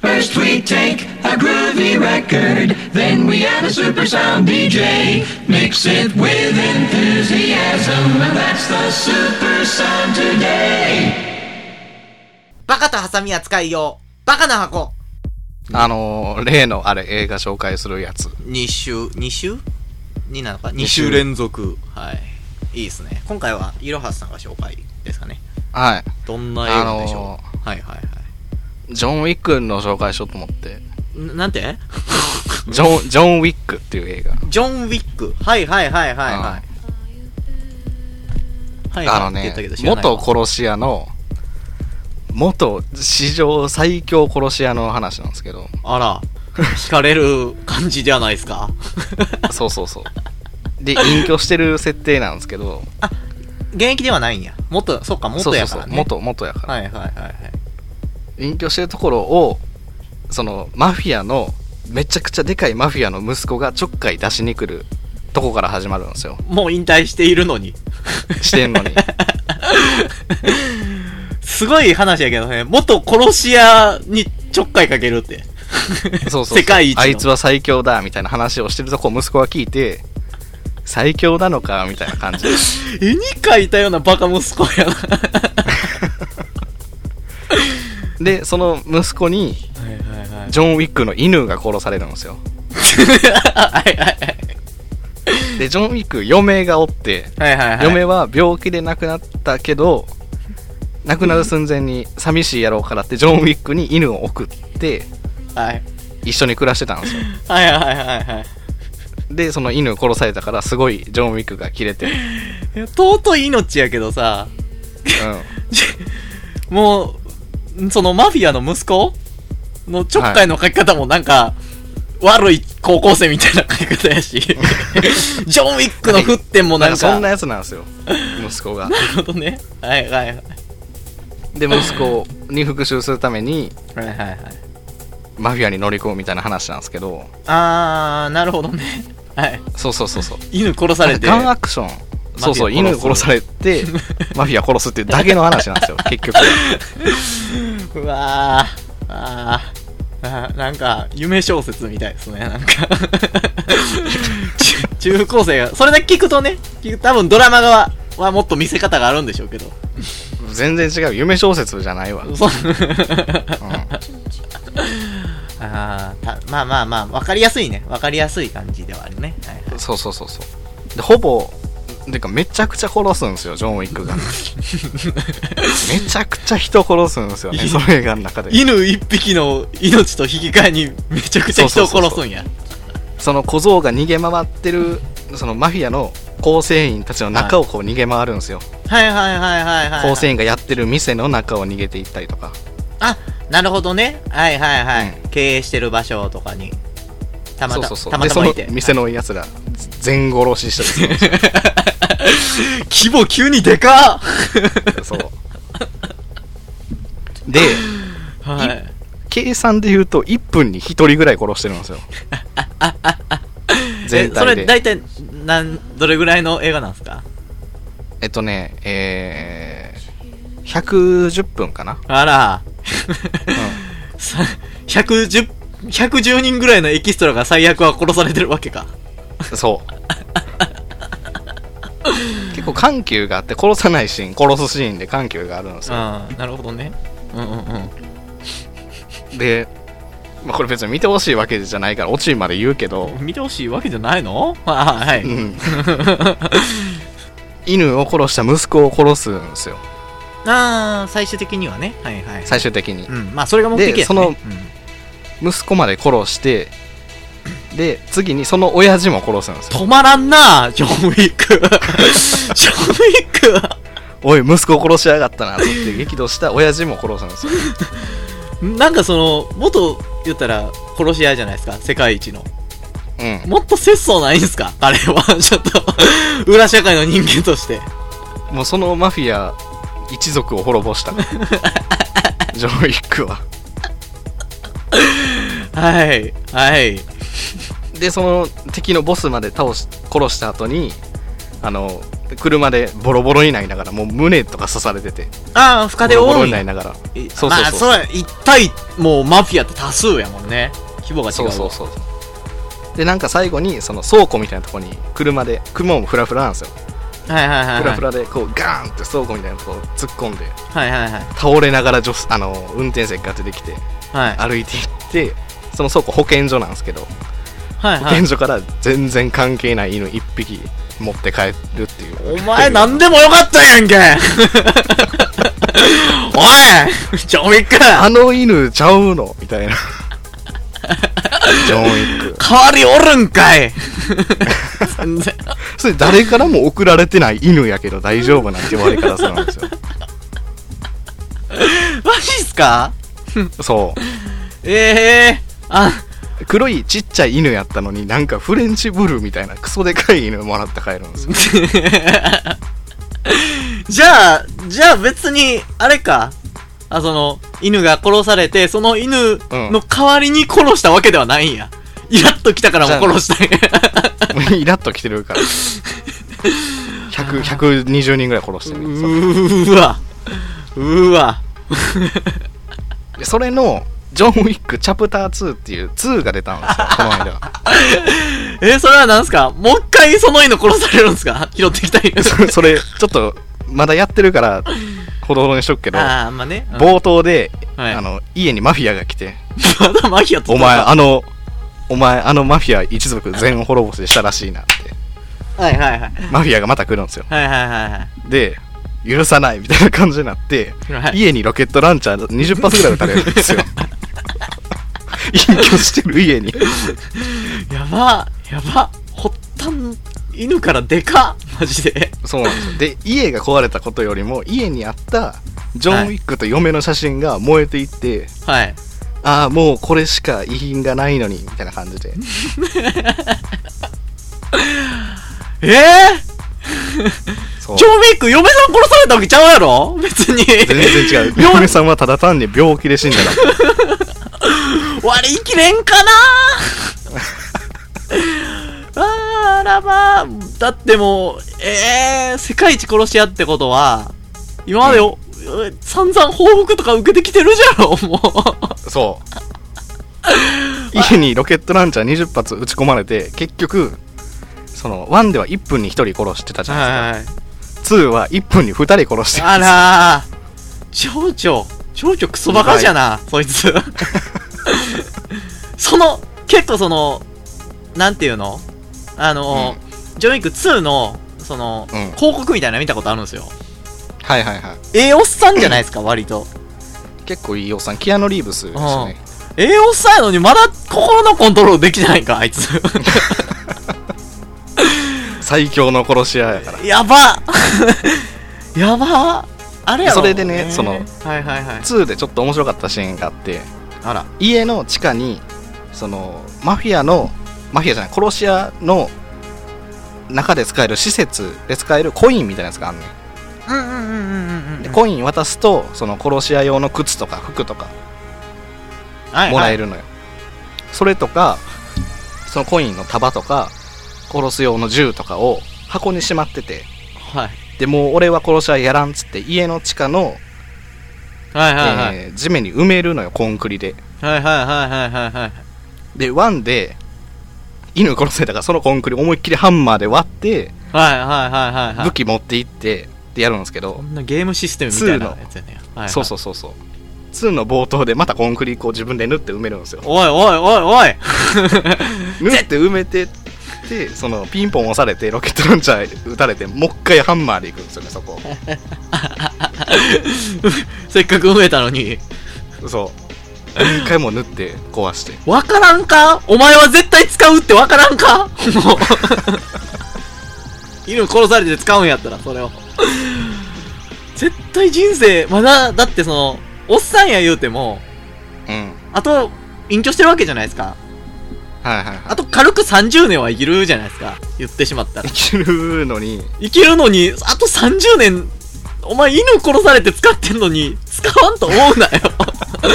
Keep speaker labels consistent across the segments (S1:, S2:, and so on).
S1: First we take a groovy record, then we add a super sound DJ. Mix it with enthusiasm, and that's the super sound today.
S2: バカとハサミは使いよう。バカな箱。
S3: あのー、例のあれ、映画紹介するやつ。
S2: 2週、2週になのか
S3: 二
S2: ?2
S3: 週
S2: 週連続。はい。いいですね。今回は、いろはさんが紹介ですかね。
S3: はい。
S2: どんな映画でしょう、
S3: あの
S2: はいはいは
S3: ジョン・ウィックの紹介しようと思って。
S2: い。んなんて
S3: ジョン、ジョン・ウィックっていう映画。
S2: ジョン・ウィック。はいはいはいはいはい。はい、はい
S3: あの
S2: って言
S3: ね
S2: ったけど、知らない
S3: 元
S2: わ
S3: 殺し屋の、元史上最強殺し屋の話なんです けど、
S2: あら、惹かれる感じじゃないですか。
S3: そうそうそう。で、隠居してる設定なんですけど、
S2: 現役ではないんや。元、そっか、元やからね。
S3: そうそうそう元、元やから。
S2: はいはいはいはい。
S3: 隠居してるところを、その、マフィアの、めちゃくちゃでかいマフィアの息子がちょっかい出しに来るとこから始まるんですよ。
S2: もう引退しているのに。
S3: してんのに。
S2: すごい話やけどね。元殺し屋にちょっかいかけるって。
S3: そうそうそう
S2: 世界一の
S3: あいつは最強だみたいな話をしてるとこ息子が聞いて最強なのかみたい な感じ
S2: 絵に描いたようなバカ息子やな。
S3: でその息子に
S2: はい はいはい。
S3: ジョン・ウィックの犬が殺されるんですよ
S2: はいはいはい。
S3: でジョン・ウィック嫁がおって
S2: はいはいはい。
S3: 嫁は病気で亡くなったけど亡くなる寸前に寂しい野郎からってジョン・ウィックに犬を送って
S2: はい。
S3: 一緒に暮らしてたんですよ
S2: はいはいはいはい。
S3: でその犬殺されたからすごいジョン・ウィックがキレて、うん、
S2: いや尊い命やけどさ、 もう、そのマフィアの息子のちょっかいの書き方もなんか、悪い高校生みたいな書き方や し、ジョン・ウィックの沸点も
S3: な
S2: なんん
S3: か
S2: か、
S3: そんなやつなんですよ息子が
S2: なるほどね。はいはいはい。
S3: で息子に復讐するために
S2: はいはいはい。
S3: マフィアに乗り込むみたいな話なんですけど
S2: あー、なるほどね。 はい。
S3: そうそうそうそう
S2: 犬殺されて。
S3: ガンアクションそうそう犬殺され てマフィア殺すっていうだけの話なんですよ結 局
S2: うわー、あー、あーなんか、夢小説みたいですね、なんか 中。中高生が、それだけ聞くとね、聞く多分ドラマ側はもっと見せ方があるんでしょうけど。
S3: 全然違う夢小説じゃないわ、うん、
S2: そうあーたまあまあまあ、わかりやすいね。わかりやすい感じではあるね。はいはい
S3: そうそうそうそうでほぼてかめちゃくちゃ殺すんですよジョン・ウィッ クがめちゃくちゃ人殺すんですよねその映画の中で
S2: 犬一匹の命と引き換えにめちゃくちゃ人を殺すんや。
S3: その小僧が逃げ回ってるそのマフィアの構成員たちの中をこう逃げ回るんですよ、
S2: はいはいはいはいはい。
S3: 構成員がやってる店の中を逃げていったりとか
S2: あ、なるほどね。はいはいはい。
S3: う
S2: 経営してる場所とかに。たまた
S3: そうそうそう
S2: たまたまいて。
S3: でそ の店のやつら全殺ししてるん
S2: 規模急にでか
S3: ですよそうで
S2: っはい。
S3: 計算で言うと1分に1人ぐらい殺してる んですよ全
S2: えそ
S3: 体
S2: れ
S3: で
S2: 大体、なん、どれぐらいの映画なんですか
S3: えっとねえー、110分かな、
S2: あら、
S3: う
S2: さ110、110人ぐらいのエキストラが最悪は殺されてるわけか。
S3: ん、そう 結構緩急があって殺さないシーン殺すシーンで緩急があるんです
S2: うん、
S3: よ
S2: なるほどね。うんうんうん。
S3: で、まあ、これ別に見てほしいわけじゃないから落ちまで言うけど、
S2: 見てほしいわけじゃないのあ は
S3: う
S2: い。
S3: ん、 犬を殺した息子を殺すんですよ
S2: ああ、最終的にはね。はいはい。
S3: 最終的に
S2: うん、まあそれが目的や、ね、
S3: でそ
S2: う
S3: の
S2: ん
S3: 息子まで殺してで次にその親父も殺すんですよ
S2: 止まらんなジョン・ウィッ ク。ジョン・ウィックは
S3: おい息子を殺しやがったなって言 って激怒した親父も殺すんですよ
S2: なんかその、元言ったら殺し屋じゃないですか、世界一の。
S3: うん
S2: もっと節操ないんですか彼は。 ちょっと、裏社会の人間として。
S3: もうそのマフィア一族を滅 ぼしたジョン・ウィックは
S2: はい、はい。
S3: でその敵のボスまで倒し殺した後にあの車でボロボロになりながらもう胸とか刺されてて
S2: ああ、深
S3: ボ
S2: 手
S3: ロボ
S2: 多
S3: ロ
S2: い。
S3: になりながら
S2: え
S3: そうそうそう
S2: まあ、それは一体、もうマフィアって多数やもんね。規模が違う。
S3: そうそうそうでなんか最後にその倉庫みたいなとこに車で車もフラフラなんですよ
S2: う。はいはいはい、はい。
S3: フラフラでこうガーンって倉庫みたいなとこ突っ込んで
S2: はいはいはい。
S3: 倒れながら女子あの運転席が出てきて
S2: はい。
S3: 歩いていってその倉庫保健所なんですけど
S2: はい
S3: 保
S2: はい
S3: 健。所から全然関係ない犬1匹持って帰るってい
S2: お
S3: う
S2: 前なんでもよかったやんけ おいジョンウィック
S3: あの犬ちゃうのみた いなジョンウィック
S2: 代わりおるんかい 全然。
S3: それ誰からも送られてない犬やけど大丈夫なんて言われ方するんですよ
S2: マジっすか
S3: そう
S2: ええあ、
S3: 黒いちっちゃい犬やったのになんかフレンチブルーみたいなクソでかい犬もらって帰るんです よ
S2: じゃあ、じゃあ別に、あれか。あ、その、犬が殺されて、その犬の代わりに殺したわけではないんや。イラッと来たからもう殺したんや。
S3: イラッときてるから100 120人ぐらい殺してるんですよ
S2: うーわ。うーわ。
S3: でそれのジョン・ウィックチャプター2っていう2が出たんですよこの間
S2: え、それは何すかもう一回その犬殺されるんすか拾ってきたい
S3: そそれちょっとまだやってるからほどほどにしとくけど
S2: ああ、まあね。うん
S3: 冒頭で、
S2: はい
S3: あの家にマフィアが来て
S2: まだマフィアっ
S3: 「
S2: て言
S3: お
S2: った
S3: 前
S2: のか
S3: あのお前あのマフィア一族全滅ぼししたらしいな」って
S2: はいはいはい。
S3: マフィアがまた来るんですよ
S2: はいはいはいはい。
S3: で許さないみたいな感じになって、
S2: はい
S3: 家にロケットランチャー20発ぐらい撃たれる んですよ隠居してる家に
S2: やばやば発端犬からでかっマジで
S3: そうなんですよで家が壊れたことよりも家にあったジョン・ウィックと嫁の写真が燃えていって、
S2: はい
S3: ああもうこれしか遺品がないのにみたいな感じで
S2: え
S3: そ
S2: ー、
S3: う
S2: ジョン・ウィック嫁さん殺されたわけちゃうやろ別に
S3: 全然違う
S2: 病
S3: 嫁さんはただ単に病気で死んだら
S2: 割り切れんかな あーらまあだってもうえー、世界一殺し屋ってことは今までお、散々報復とか受けてきてるじゃろもう
S3: そう 家にロケットランチャー20発撃ち込まれて結局その1では1分に1人殺してたじゃないですか、
S2: はい
S3: 2は1分に2人殺してる
S2: あらー、蝶々、蝶々クソバカじゃな、そいつ。その、結構その、なんていうのあの、ジョンウィック2の、その、
S3: うん
S2: 広告みたいなの見たことあるんですよ。
S3: はいはいはい
S2: ええおっさんじゃないですか、割と。
S3: 結構いいおっさんキアノ・リーブスですよね
S2: ええおっさんやのに、まだ心のコントロールできてないんか、あいつ。
S3: 最強の殺し屋やから
S2: やばやばあれやろ
S3: それでねその
S2: はいはいはい。
S3: 2でちょっと面白かったシーンがあって
S2: あら。
S3: 家の地下にそのマフィアのマフィアじゃない殺し屋の中で使える施設で使えるコインみたいなやつがあんねん
S2: うんうんうんうんうんうん
S3: で。コイン渡すとその殺し屋用の靴とか服とか
S2: はいはい
S3: もらえるのよ、それとかそのコインの束とか殺す用の銃とかを箱にしまってて
S2: はい。
S3: でもう俺は殺しはやらんっつって家の地下の、
S2: はいはいはい。
S3: えー地面に埋めるのよコンクリで
S2: はいはいはいはいはいはい。
S3: でワンで犬殺されたからそのコンクリ思いっきりハンマーで割って
S2: はいはいはいはいはい。
S3: 武器持って行ってでやるんですけど、
S2: こんなゲームシステムみたいなやつやね。はいはい
S3: そうそうそうそう2の冒頭でまたコンクリこう自分で縫って埋めるんですよ
S2: おいおいおいおい
S3: 縫って埋めてってそのピンポン押されてロケットランチャー撃たれてもう一回ハンマーで行くんですよね そこ
S2: せっかく埋めたのに。
S3: そう何回も縫って壊して
S2: わからんかお前は絶対使うってわからんかもう。犬殺されて使うんやったら、それを。絶対人生、まだ、だってその、おっさんや言うても、
S3: うん
S2: あと、隠居してるわけじゃないですか。
S3: はいはいは
S2: あ
S3: い
S2: と軽く30年は生きるじゃないですか。言ってしまったら
S3: 生。きるのに
S2: 生きるのに、あと30年、お前犬殺されて使ってんのに、使わんと思うなよ。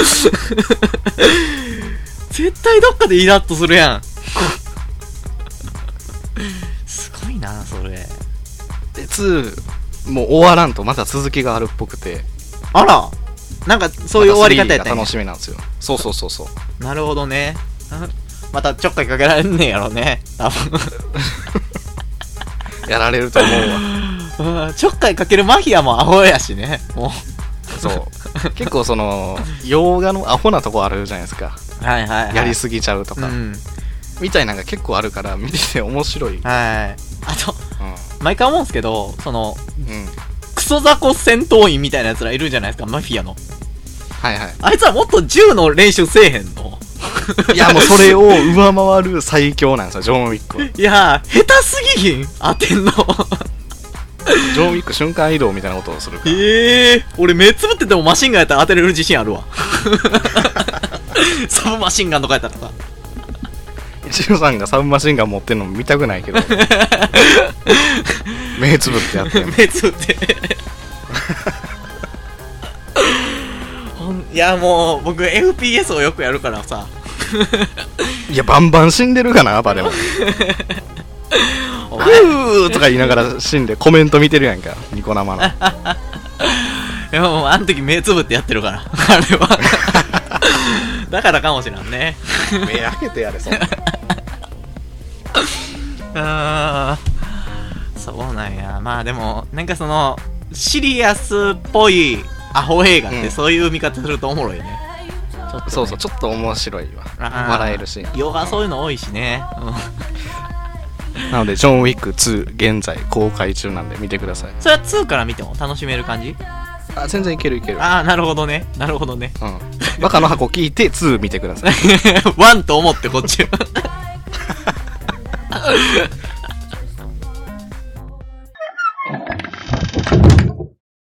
S2: 絶対どっかでイラッとするやん。すごいな、それ。
S3: で2も終わらんとまた続きがあるっぽくて
S2: あらなんかそういう終わり方やっ
S3: ま
S2: たんや
S3: た3が楽しみなんですよそうそうそうそう
S2: なるほどねあまたちょっかいかけられんねんやろね多分
S3: やられると思うわ
S2: うん ちょっかいかけるマフィアもアホやしねも
S3: そう結構その洋画のアホなとこあるじゃないですか
S2: うはいはい、はい、
S3: やりすぎちゃうとか、
S2: うん
S3: みたいなのが結構あるから見てて面白い、うん
S2: はいあと毎回思うんですけどその
S3: うん、
S2: クソ雑魚戦闘員みたいなやつらいるじゃないですかマフィアの
S3: はいは
S2: あいつはもっと銃の練習せえへんの
S3: いいやもうそれ を上回る最強なんです よジョン・ウィックはい
S2: やー下手すぎひん当てんの
S3: ジョン・ウィック瞬間移動みたいなことをするから
S2: ええー、俺目つぶっててもマシンガンやったら当てれる自信あるわ サブマシンガンとかやったらとか
S3: 一郎さんがサブマシンガン持ってるのも見たくない けど目つぶってや ってんの
S2: 目つぶってほんいやもう僕 FPS をよくやるからさ
S3: いやバンバン死んでるかなアバ でも
S2: お前
S3: ふーとか言いながら死んでコメント見てるやんかニコ生の
S2: いやもうあの時目つぶってやってるから あれはだからかもしらんね
S3: 目開けてやれそんな
S2: あーそうなんやまあでもなんかそのシリアスっぽいアホ映画っ
S3: う
S2: て
S3: ん
S2: そういう見方するとおもろいよね、ちょっとね
S3: そうそうちょっと面白いわ
S2: あー
S3: 笑えるし
S2: 洋画そういうの多いしね、うん
S3: なのでジョン・ウィック2現在公開中なんで見てください
S2: それは2から見ても楽しめる感じ
S3: あ全然いけるいける
S2: ああなるほどねなるほどね
S3: うんバカの箱聞いて2見てください
S2: ワンと思ってこっち